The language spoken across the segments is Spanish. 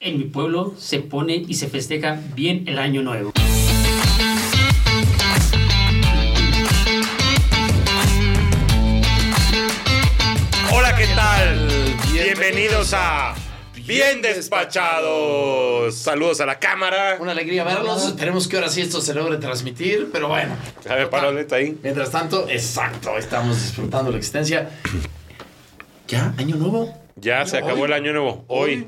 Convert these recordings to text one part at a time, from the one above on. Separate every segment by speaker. Speaker 1: En mi pueblo se pone y se festeja bien el año nuevo.
Speaker 2: Hola, ¿qué tal? Bienvenidos a Bien Despachados. Saludos a la cámara.
Speaker 3: Una alegría verlos. Esperemos que ahora sí esto se logre transmitir, pero bueno.
Speaker 2: A ver, para neta ahí.
Speaker 3: Mientras tanto, exacto, estamos disfrutando la existencia. ¿Ya? ¿Año nuevo?
Speaker 2: Ya se acabó el año nuevo. Hoy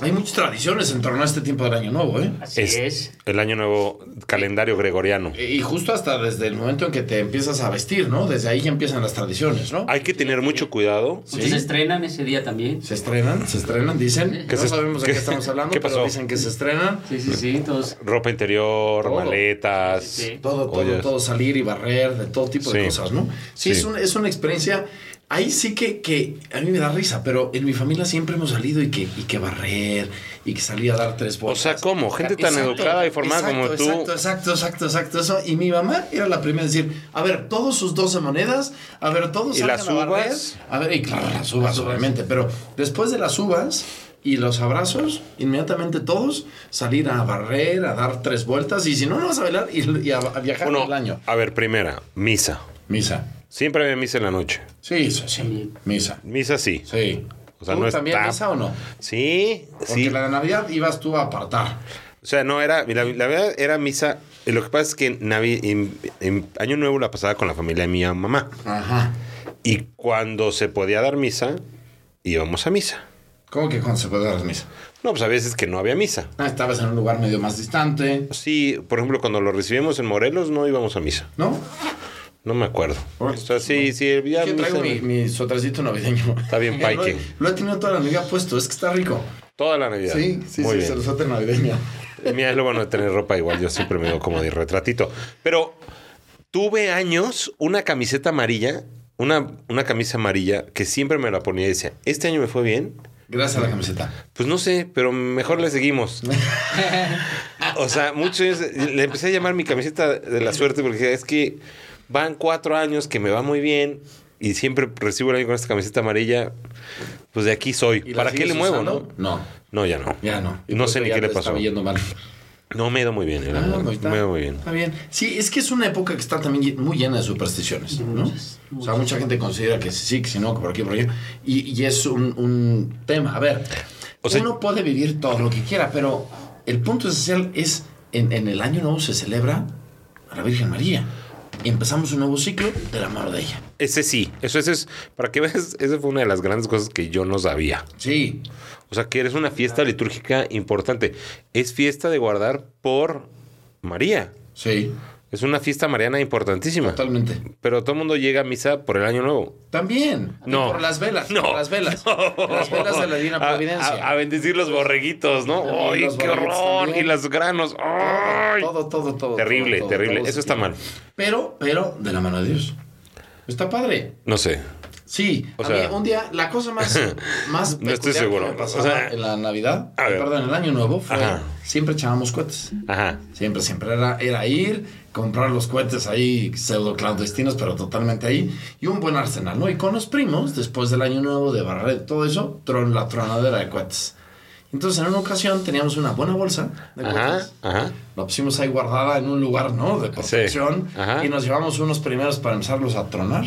Speaker 3: Hay muchas tradiciones en torno a este tiempo del año nuevo, ¿eh?
Speaker 1: Así
Speaker 2: es
Speaker 1: es.
Speaker 2: el año nuevo calendario gregoriano.
Speaker 3: Y justo hasta desde el momento en que te empiezas a vestir, ¿no? Desde ahí ya empiezan las tradiciones, ¿no?
Speaker 2: Hay que tener mucho cuidado.
Speaker 1: Muchos se estrenan ese día también.
Speaker 3: Se estrenan, se estrenan, dicen.
Speaker 2: ¿Qué
Speaker 3: no
Speaker 2: se-
Speaker 3: sabemos de
Speaker 2: qué-
Speaker 3: qué estamos hablando,
Speaker 2: qué pasó?
Speaker 3: pero dicen que se estrenan.
Speaker 1: Sí, sí, sí. Todos.
Speaker 2: Ropa interior,
Speaker 3: Todo.
Speaker 2: maletas.
Speaker 1: Sí, sí.
Speaker 3: Todo, todo,
Speaker 2: ollas.
Speaker 3: todo, salir y barrer, de todo tipo
Speaker 2: Sí.
Speaker 3: de cosas, ¿no?
Speaker 2: Sí.
Speaker 3: Sí, Es, un- es una experiencia. Ahí sí que, que a mí me da risa, pero en mi familia siempre hemos salido y que, y que barrer y que salir a dar tres
Speaker 2: O
Speaker 3: vueltas.
Speaker 2: sea, ¿cómo? Gente tan
Speaker 3: Exacto,
Speaker 2: educada y formada
Speaker 3: exacto,
Speaker 2: como tú.
Speaker 3: Exacto, exacto, exacto, exacto. Eso. Y mi mamá era la primera en decir, a ver, todos sus 12 monedas, a ver, todos
Speaker 2: ¿Y
Speaker 3: salgan
Speaker 2: las
Speaker 3: a barrer.
Speaker 2: uvas?
Speaker 3: A ver, y claro, las uvas, obviamente, pero después de las uvas y los abrazos, inmediatamente todos salir a barrer, a dar tres vueltas y si no, no vas a bailar y, y a, a viajar
Speaker 2: Bueno,
Speaker 3: el año.
Speaker 2: a ver, primera, misa.
Speaker 3: Misa.
Speaker 2: Siempre había misa en la noche.
Speaker 3: Sí, eso sí. Misa.
Speaker 2: Misa sí.
Speaker 3: Sí.
Speaker 2: O sea,
Speaker 3: ¿Tú
Speaker 2: no
Speaker 3: también
Speaker 2: está-
Speaker 3: misa o no?
Speaker 2: Sí,
Speaker 3: Porque
Speaker 2: sí.
Speaker 3: la de Navidad ibas tú a apartar.
Speaker 2: O sea, no era, la, la verdad era misa. y Lo que pasa es que en, Navi- en- en Año Nuevo la pasaba con la familia de mi mamá.
Speaker 3: Ajá.
Speaker 2: Y cuando se podía dar misa, íbamos a misa.
Speaker 3: ¿Cómo que cuando se puede dar misa?
Speaker 2: No, pues a veces que no había misa.
Speaker 3: Ah, estabas en un lugar medio más distante,
Speaker 2: Sí, por ejemplo, cuando lo recibimos en Morelos no íbamos a misa.
Speaker 3: ¿no?
Speaker 2: No me acuerdo.
Speaker 3: Ahora,
Speaker 2: O sea, sí, sí, había
Speaker 3: Yo traigo mi,
Speaker 2: misa
Speaker 3: mi sotracito navideño.
Speaker 2: Está bien,
Speaker 3: Lo he-
Speaker 2: Viking.
Speaker 3: Lo he tenido toda la Navidad puesto, es que está rico.
Speaker 2: toda la Navidad.
Speaker 3: Sí, sí,
Speaker 2: Muy
Speaker 3: sí,
Speaker 2: bien.
Speaker 3: se los sote navideña.
Speaker 2: Mira, es lo bueno de tener ropa igual. Yo siempre me veo como de retratito. Pero tuve años una camiseta amarilla, una, una camisa amarilla que siempre me la ponía y decía, ¿este año me fue bien?
Speaker 3: Gracias a la camiseta.
Speaker 2: Pues no sé, pero mejor le seguimos. o sea, muchos años le empecé a llamar mi camiseta de la suerte porque decía, es que van cuatro años que me va muy bien y siempre recibo el año con esta camiseta amarilla. Pues de aquí soy.
Speaker 3: ¿Y la
Speaker 2: ¿Para qué le
Speaker 3: sigues
Speaker 2: muevo,
Speaker 3: usando?
Speaker 2: no?
Speaker 3: No,
Speaker 2: No, ya no.
Speaker 3: ya no.
Speaker 2: No sé ni qué le pasó.
Speaker 3: Está yendo mal.
Speaker 2: No me he ido muy bien. era-
Speaker 3: Ah, ahí está.
Speaker 2: me he ido muy bien.
Speaker 3: Está bien. Sí, es que es una época que está también lle- muy llena de supersticiones, ¿no?
Speaker 1: Muchas,
Speaker 3: O sea, mucha gente considera que sí, que si no, que por aquí, por allá. Y, y es un, un tema. A ver,
Speaker 2: O sea-
Speaker 3: uno puede vivir todo lo que quiera, pero el punto esencial es, en, en el año nuevo se celebra a la Virgen María. Y empezamos un nuevo ciclo del amor de ella.
Speaker 2: Ese sí, eso ese es, para que veas, esa fue una de las grandes cosas que yo no sabía.
Speaker 3: Sí.
Speaker 2: O sea, que eres una fiesta litúrgica importante. Es fiesta de guardar por María.
Speaker 3: Sí,
Speaker 2: Es una fiesta mariana importantísima.
Speaker 3: totalmente.
Speaker 2: Pero todo el mundo llega a misa por el año nuevo.
Speaker 3: También.
Speaker 2: No.
Speaker 3: Por las velas.
Speaker 2: No.
Speaker 3: Por las velas. Las velas de la Divina
Speaker 2: A-
Speaker 3: Providencia.
Speaker 2: A, a bendecir los borreguitos, ¿no?
Speaker 3: También
Speaker 2: ¡Ay,
Speaker 3: los
Speaker 2: qué
Speaker 3: borreguitos
Speaker 2: horror!
Speaker 3: también.
Speaker 2: Y los granos. ¡Ay!
Speaker 3: Todo, todo, todo.
Speaker 2: Terrible,
Speaker 3: todo, todo,
Speaker 2: terrible.
Speaker 3: todo
Speaker 2: Eso
Speaker 3: se
Speaker 2: está
Speaker 3: tiene.
Speaker 2: mal.
Speaker 3: Pero, pero, de la mano de Dios. Está padre.
Speaker 2: No sé.
Speaker 3: Sí.
Speaker 2: O
Speaker 3: a
Speaker 2: sea-
Speaker 3: mí un día, la cosa más, más
Speaker 2: No estoy
Speaker 3: peculiar
Speaker 2: seguro.
Speaker 3: que me pasaba
Speaker 2: O sea-
Speaker 3: en la Navidad,
Speaker 2: A ver.
Speaker 3: perdón, en el Año Nuevo, fue
Speaker 2: Ajá.
Speaker 3: siempre echábamos cohetes.
Speaker 2: Ajá.
Speaker 3: Siempre, siempre era, era ir, comprar los cohetes ahí, pseudo clandestinos, pero totalmente ahí, y un buen arsenal, ¿no? Y con los primos, después del año nuevo, de barrer y todo eso, tron, la tronadera de cohetes. Entonces, en una ocasión teníamos una buena bolsa de
Speaker 2: Ajá.
Speaker 3: cohetes.
Speaker 2: Ajá.
Speaker 3: La pusimos ahí guardada en un lugar, ¿no? De protección.
Speaker 2: Sí, ajá.
Speaker 3: Y nos llevamos unos primeros para empezarlos a tronar.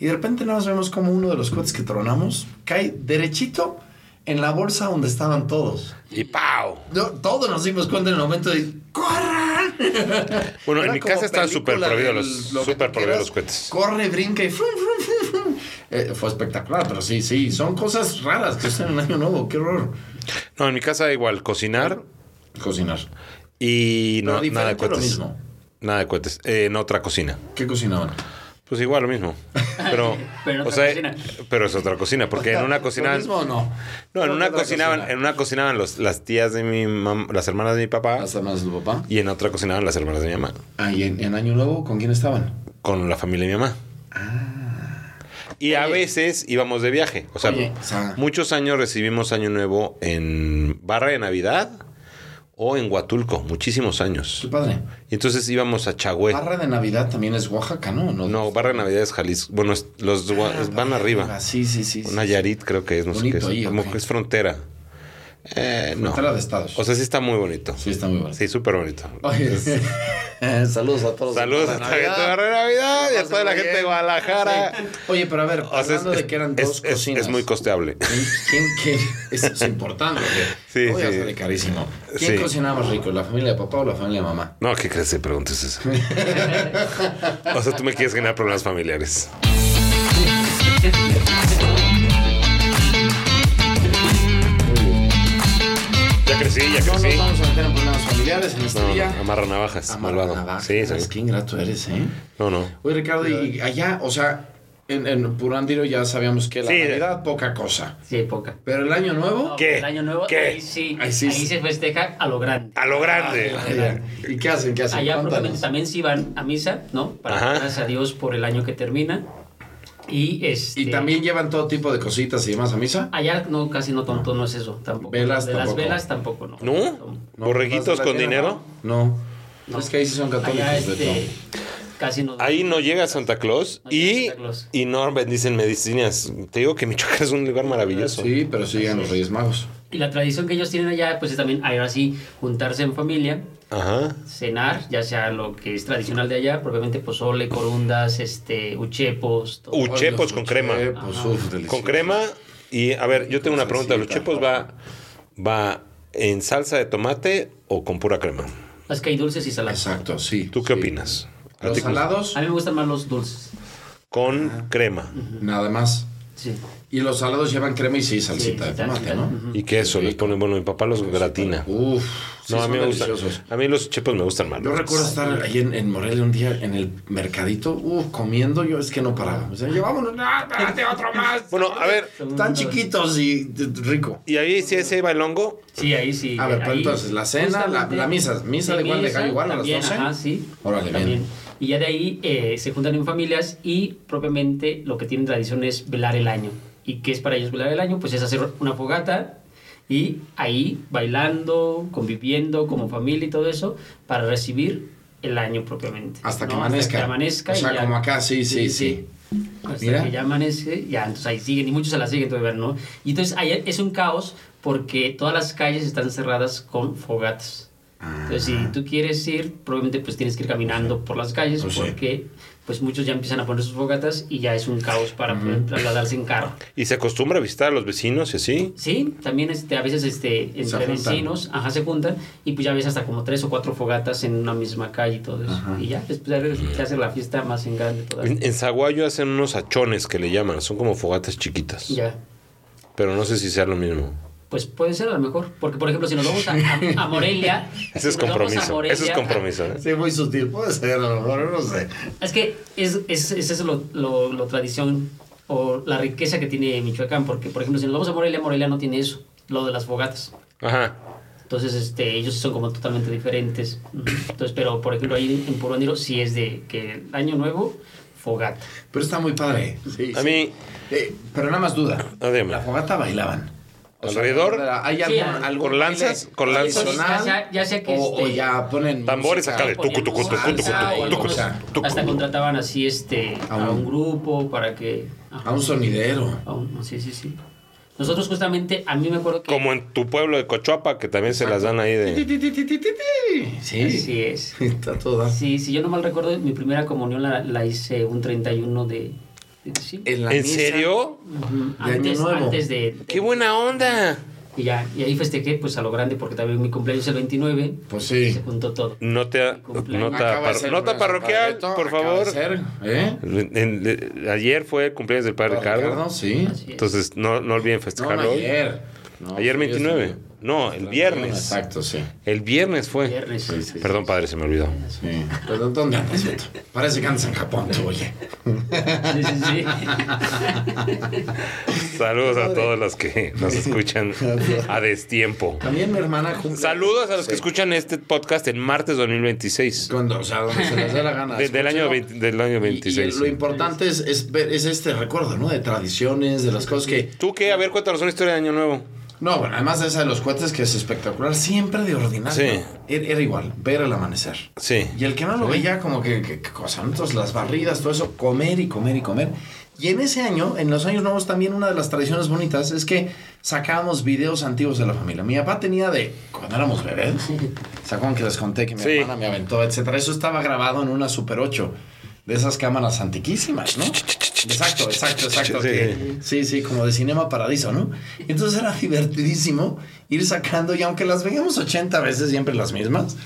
Speaker 3: Y de repente nada más vemos como uno de los cohetes que tronamos cae derechito en la bolsa donde estaban todos.
Speaker 2: Y ¡pau!
Speaker 3: No, todos nos dimos cuenta en el momento de ¡corran!
Speaker 2: Bueno, en
Speaker 3: Era
Speaker 2: mi
Speaker 3: como
Speaker 2: casa estaban
Speaker 3: película
Speaker 2: súper prohibidos
Speaker 3: del-
Speaker 2: los-
Speaker 3: lo que
Speaker 2: súper
Speaker 3: tú
Speaker 2: prohibidos
Speaker 3: quieras.
Speaker 2: los cohetes.
Speaker 3: Corre, brinca y frum, frum, frum, frum. Eh, fue espectacular, pero sí, sí, son cosas raras que están en Año Nuevo, qué horror.
Speaker 2: No, en mi casa igual, cocinar
Speaker 3: Cocinar.
Speaker 2: y no,
Speaker 3: Pero
Speaker 2: nada de
Speaker 3: diferente o lo
Speaker 2: cohetes.
Speaker 3: mismo.
Speaker 2: Nada de cohetes. Eh, en otra cocina.
Speaker 3: ¿Qué cocinaban?
Speaker 2: Pues igual lo mismo. Pero,
Speaker 1: Pero en
Speaker 2: o
Speaker 1: otra
Speaker 2: sea,
Speaker 1: cocina.
Speaker 2: pero es otra cocina, porque en una
Speaker 3: ¿Lo
Speaker 2: cocinaban.
Speaker 3: mismo o no?
Speaker 2: No, en
Speaker 3: Creo
Speaker 2: una
Speaker 3: que otra
Speaker 2: cocinaban,
Speaker 3: cocina.
Speaker 2: en una cocinaban los- las tías de mi mamá, las hermanas de mi papá,
Speaker 3: Hasta más tu papá.
Speaker 2: y en otra cocinaban las hermanas de mi mamá,
Speaker 3: Ah, y en, en Año Nuevo, ¿con quién estaban?
Speaker 2: con la familia de mi mamá.
Speaker 3: Ah.
Speaker 2: Y a veces íbamos de viaje. O sea,
Speaker 3: Oye, o sea-
Speaker 2: muchos años recibimos Año Nuevo en Barra de Navidad o en Huatulco, muchísimos años.
Speaker 3: Su padre.
Speaker 2: Y entonces íbamos a Chagüe.
Speaker 3: Barra de Navidad también es Oaxaca, ¿no?
Speaker 2: pues- No, Barra de Navidad es Jalisco. Bueno, es- los gua-
Speaker 3: Ah,
Speaker 2: van arriba.
Speaker 3: Sí, sí, sí. sí.
Speaker 2: Nayarit creo que es, no sé
Speaker 3: Bonito
Speaker 2: qué es.
Speaker 3: ahí,
Speaker 2: como
Speaker 3: ok.
Speaker 2: que es frontera. Eh, no.
Speaker 3: Frontera de Estados.
Speaker 2: O sea, sí está muy bonito.
Speaker 3: sí, está muy bueno.
Speaker 2: Sí, súper bonito.
Speaker 3: Oye,
Speaker 4: Saludos a todos.
Speaker 2: Saludos a
Speaker 4: Para
Speaker 2: toda la
Speaker 4: Navidad.
Speaker 2: gente de Barrio Navidad y a
Speaker 4: Pásenla
Speaker 2: toda la
Speaker 4: bien.
Speaker 2: gente de Guadalajara.
Speaker 3: oye, pero a ver,
Speaker 2: O sea, es-
Speaker 3: hablando de que eran
Speaker 2: es-
Speaker 3: dos
Speaker 2: es-
Speaker 3: cocinas.
Speaker 2: es muy costeable.
Speaker 3: ¿Quién, quién, quién? Eso es importante.
Speaker 2: Sí,
Speaker 3: Sí,
Speaker 2: sí.
Speaker 3: sale carísimo. ¿Quién
Speaker 2: Sí.
Speaker 3: cocinaba más rico, la familia de papá o la familia de mamá?
Speaker 2: No, ¿qué crees que preguntes eso? o sea, tú me quieres generar problemas familiares. Ya crecí, ya
Speaker 3: No nos
Speaker 2: crecí.
Speaker 3: vamos a meter en problemas familiares en este
Speaker 2: No,
Speaker 3: día.
Speaker 2: amarra navajas,
Speaker 3: Amarra
Speaker 2: malvado.
Speaker 3: navajas.
Speaker 2: Sí, sí.
Speaker 3: Qué ingrato eres, ¿eh?
Speaker 2: No, no.
Speaker 3: Oye, Ricardo, y allá, o sea, en, en Purándiro ya sabíamos que la
Speaker 2: Sí.
Speaker 3: Navidad, poca cosa.
Speaker 1: Sí, poca.
Speaker 3: Pero el año nuevo,
Speaker 2: ¿Qué?
Speaker 1: El año nuevo,
Speaker 2: ¿Qué? Ah,
Speaker 1: Ahí, sí,
Speaker 3: Ahí
Speaker 1: ahí,
Speaker 3: sí.
Speaker 1: se festeja a lo grande.
Speaker 2: A lo grande.
Speaker 3: allá. ¿y qué hacen? ¿Qué hacen?
Speaker 1: Allá
Speaker 3: Cuéntanos.
Speaker 1: probablemente también sí van a misa, ¿no? Para
Speaker 2: Ajá.
Speaker 1: dar gracias a Dios por el año que termina. Y, este,
Speaker 3: Y también llevan todo tipo de cositas y demás a misa.
Speaker 1: Allá no, casi no, tonto, no es eso tampoco.
Speaker 3: Velas
Speaker 1: de
Speaker 3: tampoco.
Speaker 1: las velas tampoco, ¿no?
Speaker 2: ¿No?
Speaker 3: No,
Speaker 2: ¿Borreguitos
Speaker 3: ¿vas a la
Speaker 2: con
Speaker 3: tienda?
Speaker 2: dinero?
Speaker 3: No.
Speaker 1: No.
Speaker 3: Es que ahí sí son católicos
Speaker 1: Allá
Speaker 3: de
Speaker 1: este, casi no.
Speaker 2: Ahí no llega Santa Claus
Speaker 1: No llega
Speaker 2: y,
Speaker 1: Santa Claus.
Speaker 2: y no bendicen medicinas. Te digo que Michoacán es un lugar maravilloso.
Speaker 3: todo. Sí, pero siguen los Reyes Magos.
Speaker 1: Y la tradición que ellos tienen allá, pues es también, ahora sí, juntarse en familia,
Speaker 2: Ajá.
Speaker 1: cenar, ya sea lo que es tradicional de allá, propiamente pozole, corundas, este, uchepos, todo.
Speaker 2: Uy. Uchepos con crema.
Speaker 3: Uchepos,
Speaker 1: Ajá.
Speaker 3: uf, delicioso.
Speaker 2: Con crema y a ver, yo tengo una pregunta. ¿Los
Speaker 3: Salsita.
Speaker 2: chepos va, va en salsa de tomate o con pura crema?
Speaker 1: Las que hay dulces y saladas.
Speaker 3: Exacto, sí.
Speaker 2: ¿Tú qué
Speaker 3: sí.
Speaker 2: opinas? ¿A
Speaker 3: Los
Speaker 2: ti cómo-
Speaker 3: salados,
Speaker 1: A mí me gustan más los dulces.
Speaker 2: Con crema
Speaker 3: nada más.
Speaker 1: Sí.
Speaker 3: Y los salados llevan crema y sí, salsita
Speaker 1: Sí,
Speaker 3: de tomate,
Speaker 1: salsita,
Speaker 3: ¿no?
Speaker 1: ujú.
Speaker 2: y queso. Les ponen, bueno, mi papá los gratina.
Speaker 3: Uf, sí,
Speaker 2: No, a
Speaker 3: son
Speaker 2: mí me gustan.
Speaker 3: deliciosos.
Speaker 2: A mí los chepos me gustan mal.
Speaker 3: Yo recuerdo estar ahí en, en Morelia un día en el mercadito, uh, comiendo, yo es que no paraba. O sea, yo, vámonos, no, espérate, otro más.
Speaker 2: Bueno, a ver,
Speaker 3: Están chiquitos y de- de- rico.
Speaker 2: y ahí sí ese bailongo.
Speaker 1: Sí, ahí sí.
Speaker 3: A ver, pero
Speaker 1: ahí,
Speaker 3: entonces, la cena, la-
Speaker 1: justamente,
Speaker 3: la misa, misa de igual, de igual, igual a las
Speaker 1: también,
Speaker 3: 12.
Speaker 1: Ajá, sí.
Speaker 3: Órale,
Speaker 1: también.
Speaker 3: bien.
Speaker 1: Y ya de ahí eh, se juntan en familias y propiamente lo que tienen tradición es velar el año. ¿Y qué es para ellos velar el año? Pues es hacer una fogata y ahí bailando, conviviendo como familia y todo eso para recibir el año propiamente.
Speaker 3: Hasta que
Speaker 1: ¿no?
Speaker 3: amanezca.
Speaker 1: Hasta que amanezca.
Speaker 3: O
Speaker 1: y
Speaker 3: sea,
Speaker 1: ya-
Speaker 3: como acá, sí, sí, sí.
Speaker 1: Hasta
Speaker 3: Mira.
Speaker 1: que ya amanece, ya, entonces ahí siguen, y muchos se la siguen todavía, ¿no? Y entonces ahí es un caos porque todas las calles están cerradas con fogatas. Entonces, si
Speaker 3: Ah.
Speaker 1: tú quieres ir, probablemente pues tienes que ir caminando por las calles
Speaker 3: Pues sí.
Speaker 1: porque pues muchos ya empiezan a poner sus fogatas y ya es un caos para poder trasladarse en carro.
Speaker 2: Y se acostumbra a visitar a los vecinos y así.
Speaker 1: Sí, también este, a veces este, entre
Speaker 3: juntan.
Speaker 1: vecinos, ajá, se juntan y pues ya ves hasta como tres o cuatro fogatas en una misma calle y todo eso.
Speaker 3: Ajá.
Speaker 1: Y ya después se hace la fiesta más en grande todavía.
Speaker 2: En, en Zaguayo hacen unos achones que le llaman. Son como fogatas chiquitas.
Speaker 1: Ya.
Speaker 2: Pero no sé si sea lo mismo.
Speaker 1: Pues puede ser a lo mejor. Porque, por ejemplo, si nos vamos a, a- a Morelia.
Speaker 2: Ese es
Speaker 1: si nos vamos a
Speaker 2: compromiso.
Speaker 1: Morelia-
Speaker 2: Ese es compromiso. ¿eh?
Speaker 3: Sí, muy sutil, puede ser, a lo mejor, no sé.
Speaker 1: Es que es, es, es eso lo, lo- lo tradición o la riqueza que tiene Michoacán. Porque, por ejemplo, si nos vamos a Morelia, Morelia no tiene eso, lo de las fogatas.
Speaker 2: Ajá.
Speaker 1: Entonces, este, ellos son como totalmente diferentes. Entonces, pero, por ejemplo, ahí en Puro Andiro sí es de que el año nuevo, fogata.
Speaker 3: Pero está muy padre. Sí,
Speaker 2: A
Speaker 3: sí.
Speaker 2: mí-
Speaker 3: Eh, pero nada más duda.
Speaker 2: Ah, dime.
Speaker 3: La fogata bailaban.
Speaker 2: ¿Alrededor?
Speaker 3: ¿Hay
Speaker 1: Sí,
Speaker 3: algún,
Speaker 1: al-
Speaker 3: algún
Speaker 2: ¿Con lanzas?
Speaker 3: baile
Speaker 2: ¿Con lanzas?
Speaker 3: tradicional?
Speaker 1: Ya sea- ya sea que
Speaker 3: o,
Speaker 1: este-
Speaker 3: o ya ponen.
Speaker 2: Tambores
Speaker 3: música.
Speaker 2: acá de tucu, tucu, tucu, tucu,
Speaker 1: Salsa, o
Speaker 2: tucu, tucu,
Speaker 1: algunos
Speaker 2: tucu.
Speaker 1: Hasta contrataban así este,
Speaker 3: A
Speaker 1: a
Speaker 3: un-
Speaker 1: un grupo para que... ajá.
Speaker 3: A un sonidero.
Speaker 1: Aún, sí, sí, sí. Nosotros justamente, a mí me acuerdo que...
Speaker 2: Como en tu pueblo de Cochuapa, que también se las dan ahí de.
Speaker 3: Ti, ti, ti, ti, ti, ti, ti. Sí.
Speaker 1: Así es.
Speaker 3: Está toda.
Speaker 1: Sí, si yo no mal recuerdo, mi primera comunión la, la hice un 31 de... de sí.
Speaker 3: la
Speaker 2: ¿En
Speaker 3: misa.
Speaker 2: serio?
Speaker 1: Ujú,
Speaker 3: Eh, de Año
Speaker 1: antes,
Speaker 3: Nuevo.
Speaker 1: antes de...
Speaker 2: ¡Qué buena onda!
Speaker 1: Y, ya, y ahí festejé pues a lo grande porque también mi cumpleaños es el 29.
Speaker 3: Pues
Speaker 1: Se
Speaker 3: sí.
Speaker 1: juntó todo.
Speaker 2: Nota,
Speaker 1: cumpleaños.
Speaker 2: nota,
Speaker 3: Acaba de
Speaker 2: par-
Speaker 3: ser
Speaker 2: nota
Speaker 3: nuestro
Speaker 2: parroquial,
Speaker 3: padreto,
Speaker 2: por
Speaker 3: acaba
Speaker 2: favor.
Speaker 3: de ser, ¿Eh?
Speaker 2: En- en- de- ayer fue el cumpleaños del padre Ricardo.
Speaker 3: Ricardo, sí.
Speaker 1: Así es.
Speaker 2: Entonces, no, no olviden
Speaker 3: No,
Speaker 2: festejarlo
Speaker 3: no,
Speaker 2: hoy. Ayer,
Speaker 3: ayer. No, sí,
Speaker 2: 29.
Speaker 3: sí.
Speaker 2: No, el viernes.
Speaker 3: Exacto, sí.
Speaker 2: El viernes fue.
Speaker 1: Viernes.
Speaker 2: Perdón, padre, se me olvidó.
Speaker 3: Sí. Pero ¿dónde andas, Beto? Parece que andas en Japón, tú, oye.
Speaker 1: Sí, sí, sí.
Speaker 2: Saludos a todos los que nos escuchan a destiempo.
Speaker 3: También mi hermana cumple.
Speaker 2: Saludos a los que
Speaker 3: Sí.
Speaker 2: escuchan este podcast en martes 2026.
Speaker 3: Cuando, o sea, donde se les dé la gana.
Speaker 2: De- del, año
Speaker 3: Escúchelo.
Speaker 2: 20 del año
Speaker 3: Y- Y,
Speaker 2: 26.
Speaker 3: lo importante es, es ver- es este recuerdo, ¿no? De tradiciones, de las cosas que...
Speaker 2: ¿Tú qué? A ver, cuéntanos una historia de Año Nuevo.
Speaker 3: No, bueno, además de esa de los cohetes que es espectacular, siempre de ordinario.
Speaker 2: Sí.
Speaker 3: Era, era igual, ver el amanecer.
Speaker 2: Sí.
Speaker 3: Y el que no lo veía, como que, que- que cosa, ¿no? Entonces, las barridas, todo eso, comer y comer y comer. Y en ese año, en los años nuevos, también una de las tradiciones bonitas es que sacábamos videos antiguos de la familia. Mi papá tenía de cuando éramos bebés. ¿Se acuerdan que les conté que mi
Speaker 2: Sí.
Speaker 3: hermana me aventó, etcétera? Eso estaba grabado en una Super 8 de esas cámaras antiquísimas, ¿no? Exacto, exacto, exacto.
Speaker 2: Sí.
Speaker 3: que- Sí, sí, como de Cinema Paradiso, ¿no? Entonces era divertidísimo ir sacando, y aunque las veíamos 80 veces, siempre las mismas,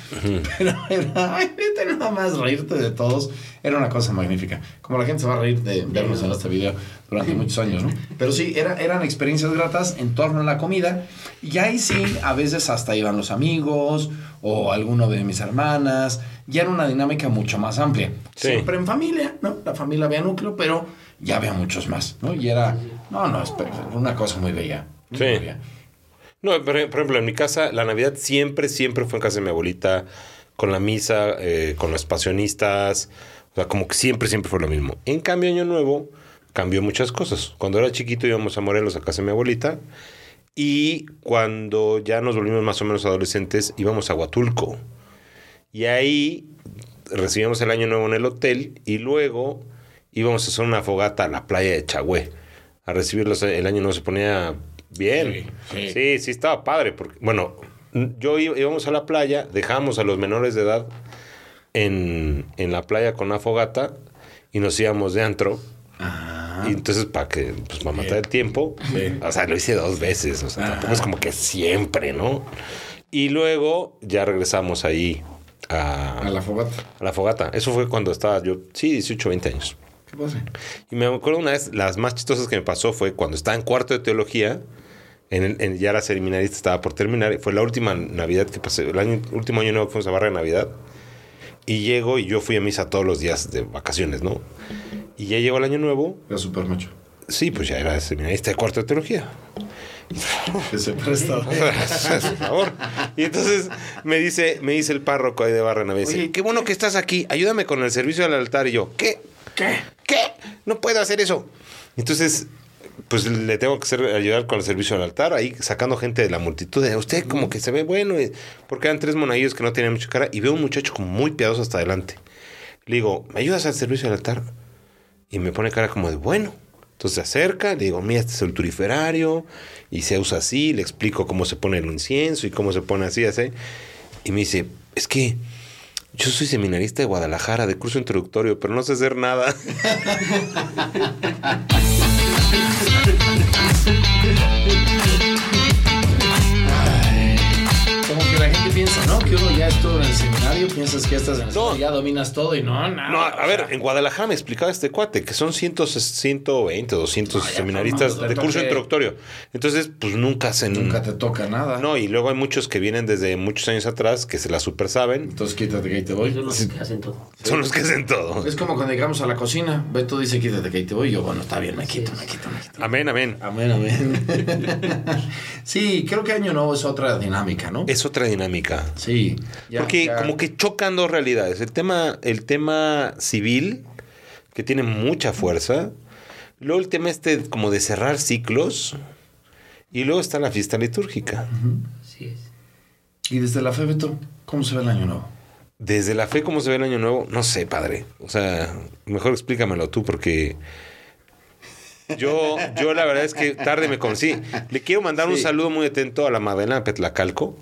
Speaker 3: pero era, ay, vete nada más reírte de todos. Era una cosa magnífica. Como la gente se va a reír de vernos en este video durante muchos años, ¿no? Pero sí, era, eran experiencias gratas en torno a la comida, y ahí sí, a veces hasta iban los amigos o alguno de mis hermanas, ya era una dinámica mucho más amplia.
Speaker 2: Sí.
Speaker 3: Siempre en familia, ¿no? La familia había núcleo, pero ya había muchos más, ¿no? Y era, no, no, es per- una cosa muy bella. muy
Speaker 2: Sí.
Speaker 3: bella.
Speaker 2: No, pero, por ejemplo, en mi casa, la Navidad siempre, siempre fue en casa de mi abuelita, con la misa, eh, con los pasionistas. O sea, como que siempre, siempre fue lo mismo. En cambio, Año Nuevo cambió muchas cosas. Cuando era chiquito íbamos a Morelos, a casa de mi abuelita. Y cuando ya nos volvimos más o menos adolescentes, íbamos a Huatulco. Y ahí recibíamos el Año Nuevo en el hotel y luego íbamos a hacer una fogata a la playa de Chagüé. A recibirlos eh, el Año Nuevo se ponía bien.
Speaker 3: Sí,
Speaker 2: Sí,
Speaker 3: sí.
Speaker 2: sí, estaba padre. Porque, bueno, yo iba- íbamos a la playa, dejábamos a los menores de edad en, en la playa con una fogata y nos íbamos de antro.
Speaker 3: Ah,
Speaker 2: Y entonces, para que, pues, para matar el tiempo, o sea, lo hice dos veces, o
Speaker 3: Ah.
Speaker 2: sea, tampoco es como que siempre, ¿no? Y luego ya regresamos ahí a,
Speaker 3: A la fogata.
Speaker 2: a la fogata. Eso fue cuando estaba yo, sí, 18, 20 años.
Speaker 3: ¿Qué pasa?
Speaker 2: Y me acuerdo una vez, las más chistosas que me pasó fue cuando estaba en cuarto de teología, en el- en- ya era seminarista, estaba por terminar, fue la última Navidad que pasé, el año- último año nuevo que fuimos a Barra de Navidad, y llego y yo fui a misa todos los días de vacaciones, ¿no? Y ya llegó el año nuevo,
Speaker 3: Era súper mucho.
Speaker 2: sí, pues ya era seminarista de cuarto de teología.
Speaker 3: Que se presta.
Speaker 2: Por favor. Y entonces me dice, me dice el párroco ahí de Barra Navidad, dice,
Speaker 3: Oye.
Speaker 2: qué bueno que estás aquí, ayúdame con el servicio del altar. Y yo, ¿qué?
Speaker 3: ¿Qué?
Speaker 2: ¿Qué? No puedo hacer eso. Entonces, pues le tengo que hacer- ayudar con el servicio al altar, ahí sacando gente de la multitud. De, Usted como que se ve bueno, eh, porque eran tres monaguillos que no tenían mucha cara, y veo un muchacho como muy piadoso hasta adelante. Le digo, ¿me ayudas al servicio del altar? Y me pone cara como de, bueno. Entonces se acerca, le digo, mira, este es el turiferario, y se usa así, le explico cómo se pone el incienso y cómo se pone así, así. Y me dice, es que yo soy seminarista de Guadalajara, de curso introductorio, pero no sé hacer nada.
Speaker 3: Como que la gente piensa, ¿no? Que uno ya estuvo en el seminario, piensas que estás en el
Speaker 2: No.
Speaker 3: seminario, ya dominas todo y no, nada.
Speaker 2: No,
Speaker 3: O
Speaker 2: a
Speaker 3: sea,
Speaker 2: ver, en Guadalajara me explicaba este cuate que son 100, 120, 200
Speaker 3: No, Ah, ya,
Speaker 2: seminaristas
Speaker 3: Fernando,
Speaker 2: de
Speaker 3: te
Speaker 2: curso
Speaker 3: toqué.
Speaker 2: introductorio. Entonces, pues nunca hacen.
Speaker 3: Nunca te toca nada.
Speaker 2: No, y luego hay muchos que vienen desde muchos años atrás que se la super saben.
Speaker 3: Entonces quítate que ahí te
Speaker 1: Ellos
Speaker 3: voy.
Speaker 1: los que hacen todo.
Speaker 2: Son los que hacen todo.
Speaker 3: Es como cuando llegamos a la cocina, Beto dice quítate que ahí te voy. Y yo, bueno, está bien, me quito,
Speaker 1: Sí.
Speaker 3: me quito, me quito.
Speaker 2: Amén, amén.
Speaker 3: Amén, amén. sí, creo que Año Nuevo es otra dinámica, ¿no?
Speaker 2: Es otra dinámica.
Speaker 3: Sí. ya,
Speaker 2: Porque
Speaker 3: ya.
Speaker 2: como que chocan dos realidades. El tema, el tema civil, que tiene mucha fuerza. Luego el tema este como de cerrar ciclos. Y luego está la fiesta litúrgica.
Speaker 1: Así es.
Speaker 3: Y desde la fe, Beto, ¿cómo se ve el Año Nuevo?
Speaker 2: Desde la fe, ¿cómo se ve el año nuevo? No sé, padre. O sea, mejor explícamelo tú, porque yo, yo la verdad es que tarde me conocí. Le quiero mandar un
Speaker 3: Sí.
Speaker 2: saludo muy atento a la Madalena Petlacalco,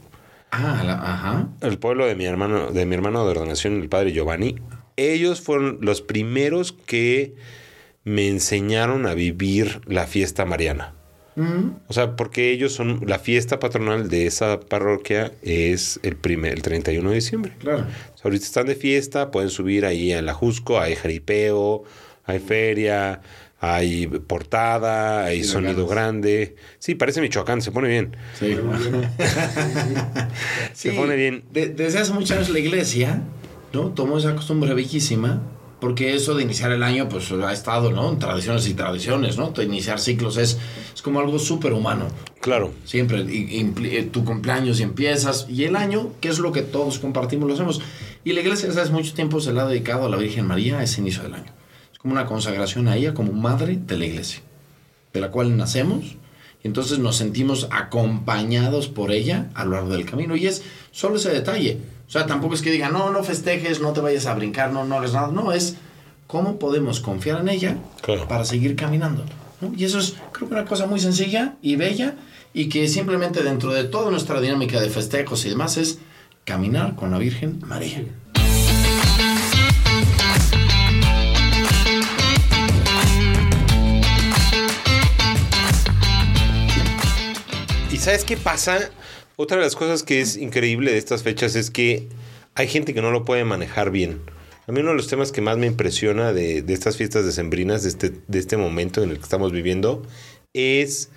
Speaker 3: Ah, la- ajá.
Speaker 2: el pueblo de mi hermano, de mi hermano de ordenación, el padre Giovanni. Ellos fueron los primeros que me enseñaron a vivir la fiesta mariana.
Speaker 3: Mm,
Speaker 2: O sea, porque ellos son la fiesta patronal de esa parroquia es el primer, el 31 de diciembre.
Speaker 3: claro.
Speaker 2: O sea, ahorita están de fiesta, pueden subir ahí en la Jusco, hay jaripeo, hay feria, hay portada, hay
Speaker 3: Sí, de
Speaker 2: sonido
Speaker 3: ganas.
Speaker 2: grande. Sí, parece Michoacán, se pone bien.
Speaker 3: Sí.
Speaker 2: Se pone bien.
Speaker 3: de- desde hace muchos años la iglesia, ¿no? Tomó esa costumbre viejísima, porque eso de iniciar el año, pues ha estado, ¿no? En tradiciones y tradiciones, ¿no? De iniciar ciclos es, es como algo súper humano.
Speaker 2: Claro.
Speaker 3: Siempre y- impli- eh, tu cumpleaños y empiezas, y el año, que es lo que todos compartimos, lo hacemos. Y la iglesia desde hace mucho tiempo se la ha dedicado a la Virgen María a ese inicio del año. Es como una consagración a ella como madre de la iglesia de la cual nacemos. Y entonces nos sentimos acompañados por ella a lo largo del camino. Y es solo ese detalle. O sea, tampoco es que diga, no, no festejes, no te vayas a brincar, no, no hagas nada. No, es ¿Cómo podemos confiar en ella
Speaker 2: Claro.
Speaker 3: para seguir caminando? ¿no? Y eso es, creo que una cosa muy sencilla y bella y que simplemente dentro de toda nuestra dinámica de festejos y demás es caminar con la Virgen María.
Speaker 2: ¿Y sabes qué pasa? Otra de las cosas que es increíble de estas fechas es que hay gente que no lo puede manejar bien. A mí uno de los temas que más me impresiona de, de estas fiestas decembrinas, de este, de este momento en el que estamos viviendo, es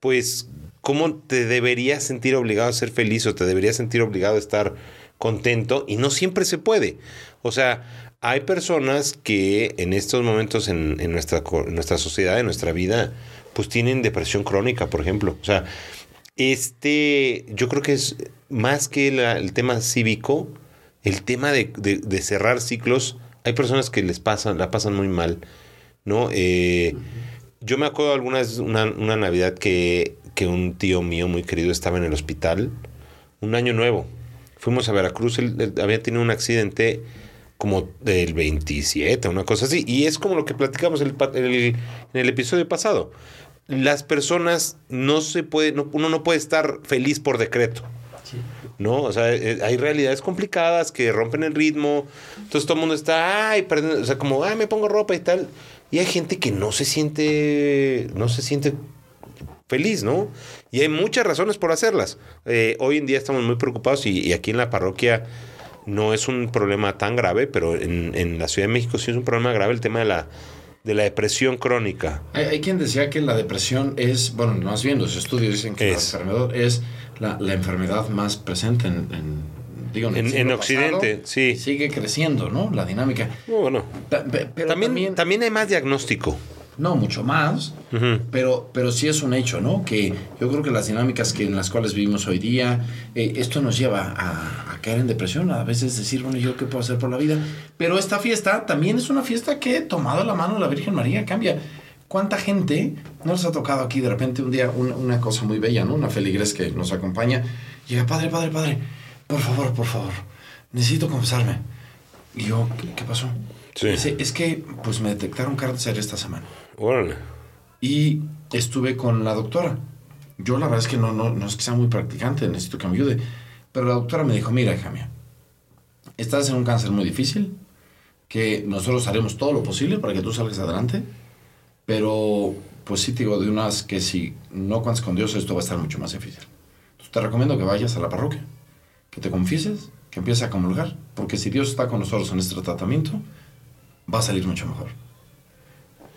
Speaker 2: pues cómo te deberías sentir obligado a ser feliz o te deberías sentir obligado a estar contento y no siempre se puede. O sea, hay personas que en estos momentos en, en nuestra, co- en nuestra sociedad, en nuestra vida, pues tienen depresión crónica, por ejemplo. O sea, este, yo creo que es más que la- el tema cívico, el tema de, de- de cerrar ciclos. Hay personas que les pasan, la pasan muy mal, ¿no? Eh, yo me acuerdo algunas, una, una Navidad que, que un tío mío muy querido estaba en el hospital, un año nuevo. Fuimos a Veracruz, él- él había tenido un accidente como del 27, una cosa así. Y es como lo que platicamos el pa- el- en el episodio pasado. Las personas no se puede, no- uno no puede estar feliz por decreto. ¿no? O sea, eh, hay realidades complicadas que rompen el ritmo. Entonces todo el mundo está, ay, perdón", o sea, como, ay, me pongo ropa y tal. Y hay gente que no se siente, no se siente feliz, ¿no? Y hay muchas razones por hacerlas. Eh, hoy en día estamos muy preocupados y, y aquí en la parroquia no es un problema tan grave, pero en, en la Ciudad de México sí es un problema grave el tema de la, de la depresión crónica.
Speaker 3: Hay, hay quien decía que la depresión es, bueno, más bien los estudios dicen que
Speaker 2: Es.
Speaker 3: la enfermedad es la, la enfermedad más presente en, en- digo, en,
Speaker 2: En-
Speaker 3: el siglo
Speaker 2: en
Speaker 3: pasado.
Speaker 2: Occidente, sí.
Speaker 3: Sigue creciendo, ¿no? La dinámica.
Speaker 2: Bueno,
Speaker 3: Ta- pe- pero
Speaker 2: también, también, hay más diagnóstico.
Speaker 3: no mucho más,
Speaker 2: Ujú.
Speaker 3: pero, pero sí es un hecho, ¿no? Que yo creo que las dinámicas que, en las cuales vivimos hoy día, eh, esto nos lleva a, a caer en depresión, a veces decir, bueno, ¿yo qué puedo hacer por la vida? Pero esta fiesta también es una fiesta que, tomado la mano de la Virgen María, cambia. ¿Cuánta gente no les ha tocado aquí de repente un día una, una cosa muy bella, ¿no? Una feligres que nos acompaña. Llega, padre, padre, padre, por favor, por favor, necesito confesarme. Y yo, ¿qué, qué pasó?
Speaker 2: Sí.
Speaker 3: Dice, es que pues me detectaron cáncer esta semana
Speaker 2: Órale.
Speaker 3: y estuve con la doctora. Yo la verdad es que no, no, no es que sea muy practicante, necesito que me ayude. Pero la doctora me dijo, mira, hija mía, estás en un cáncer muy difícil, que nosotros haremos todo lo posible para que tú salgas adelante, pero pues sí te digo de unas que si no cuentas con Dios esto va a estar mucho más difícil. Entonces te recomiendo que vayas a la parroquia, que te confieses, que empieces a comulgar, porque si Dios está con nosotros en este tratamiento, va a salir mucho mejor.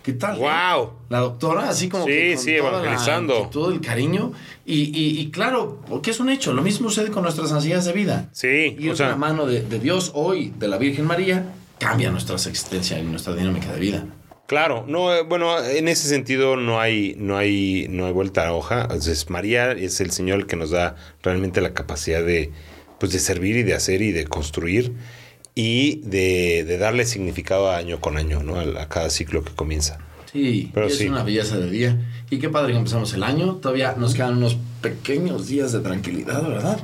Speaker 3: ¿Qué tal? eh?
Speaker 2: ¡Wow!
Speaker 3: La doctora, así como
Speaker 2: Sí,
Speaker 3: que con
Speaker 2: sí,
Speaker 3: toda la
Speaker 2: evangelizando.
Speaker 3: actitud, el cariño. Y, y- y claro, porque es un hecho. Lo mismo sucede con nuestras ansiedades de vida.
Speaker 2: Sí,
Speaker 3: Y
Speaker 2: o
Speaker 3: es
Speaker 2: sea-
Speaker 3: la mano de, de Dios hoy, de la Virgen María, cambia nuestra existencia y nuestra dinámica de vida.
Speaker 2: Claro, no, eh, bueno, en ese sentido no hay, no hay, no hay vuelta a hoja. Es María es el Señor el que nos da realmente la capacidad de, pues, de servir y de hacer y de construir y de, de darle significado año con año, ¿no? A, a cada ciclo que comienza.
Speaker 3: Sí,
Speaker 2: Pero
Speaker 3: y es
Speaker 2: sí.
Speaker 3: una belleza de día. Y qué padre que empezamos el año. Todavía nos quedan unos pequeños días de tranquilidad, ¿verdad?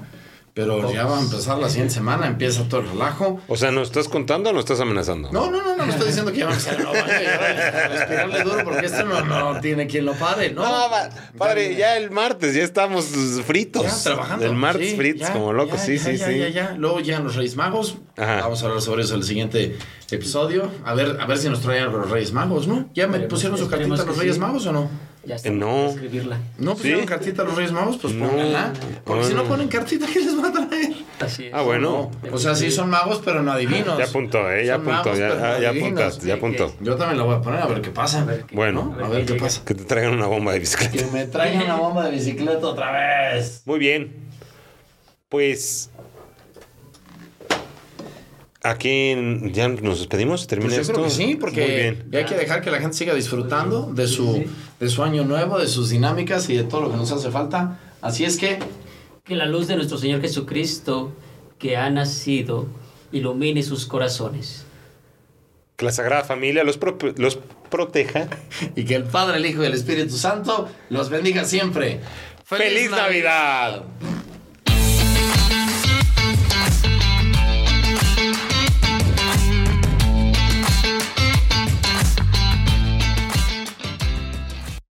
Speaker 3: Pero
Speaker 2: Oh.
Speaker 3: ya va a empezar la siguiente semana, empieza todo el relajo.
Speaker 2: O sea, ¿nos estás contando o nos estás amenazando?
Speaker 3: No, no, no, no, no estoy diciendo que ya va a empezar. No, vaya, ya va a respirarle duro porque esto no, no tiene quien lo pare, ¿no?
Speaker 2: No, pa- padre, ya el martes, ya estamos fritos.
Speaker 3: Ya, trabajando.
Speaker 2: El martes
Speaker 3: Sí,
Speaker 2: fritos,
Speaker 3: ya,
Speaker 2: como locos,
Speaker 3: ya,
Speaker 2: sí,
Speaker 3: ya,
Speaker 2: sí,
Speaker 3: ya,
Speaker 2: sí.
Speaker 3: ya, ya. Luego llegan los Reyes Magos.
Speaker 2: Ajá.
Speaker 3: Vamos a hablar sobre eso en el siguiente episodio. A ver, a ver si nos traen los Reyes Magos, ¿no? ¿Ya me
Speaker 1: Esperemos-
Speaker 3: pusieron su
Speaker 1: esperemos
Speaker 3: cartita
Speaker 1: que
Speaker 3: los Reyes
Speaker 1: sí.
Speaker 3: Magos o no?
Speaker 1: Ya está.
Speaker 2: Eh, no.
Speaker 1: voy a Escribirla.
Speaker 3: ¿No pusieron
Speaker 2: Sí.
Speaker 3: cartita a los Reyes Magos? Pues
Speaker 2: No.
Speaker 3: pónganla. Porque si no
Speaker 2: Ah.
Speaker 3: ponen cartita, ¿qué les va a traer?
Speaker 1: Así es.
Speaker 2: Ah, bueno.
Speaker 3: O sea, sí son magos, pero no adivinos.
Speaker 2: Ya apuntó, eh, ya
Speaker 3: Son
Speaker 2: apuntó,
Speaker 3: magos,
Speaker 2: ya,
Speaker 3: pero no
Speaker 2: ah, ya
Speaker 3: adivinos.
Speaker 2: apuntaste, ya apuntó.
Speaker 3: Yo también la voy a poner a ver qué pasa.
Speaker 1: A ver qué-
Speaker 2: Bueno,
Speaker 3: ¿no? A ver qué
Speaker 1: llega.
Speaker 3: pasa.
Speaker 2: que te traigan una bomba de bicicleta.
Speaker 3: Que me traigan una bomba de bicicleta otra vez.
Speaker 2: Muy bien. Pues. Aquí en- ya nos despedimos, termina
Speaker 3: Pues yo
Speaker 2: esto.
Speaker 3: creo que sí, porque
Speaker 2: Muy bien.
Speaker 3: hay que dejar que la gente siga disfrutando de su, de su año nuevo, de sus dinámicas y de todo lo que nos hace falta. Así es que,
Speaker 1: Que la luz de nuestro Señor Jesucristo, que ha nacido, ilumine sus corazones.
Speaker 2: Que la Sagrada Familia los, pro- los proteja.
Speaker 3: y que el Padre, el Hijo y el Espíritu Santo los bendiga siempre.
Speaker 2: ¡Feliz Navidad!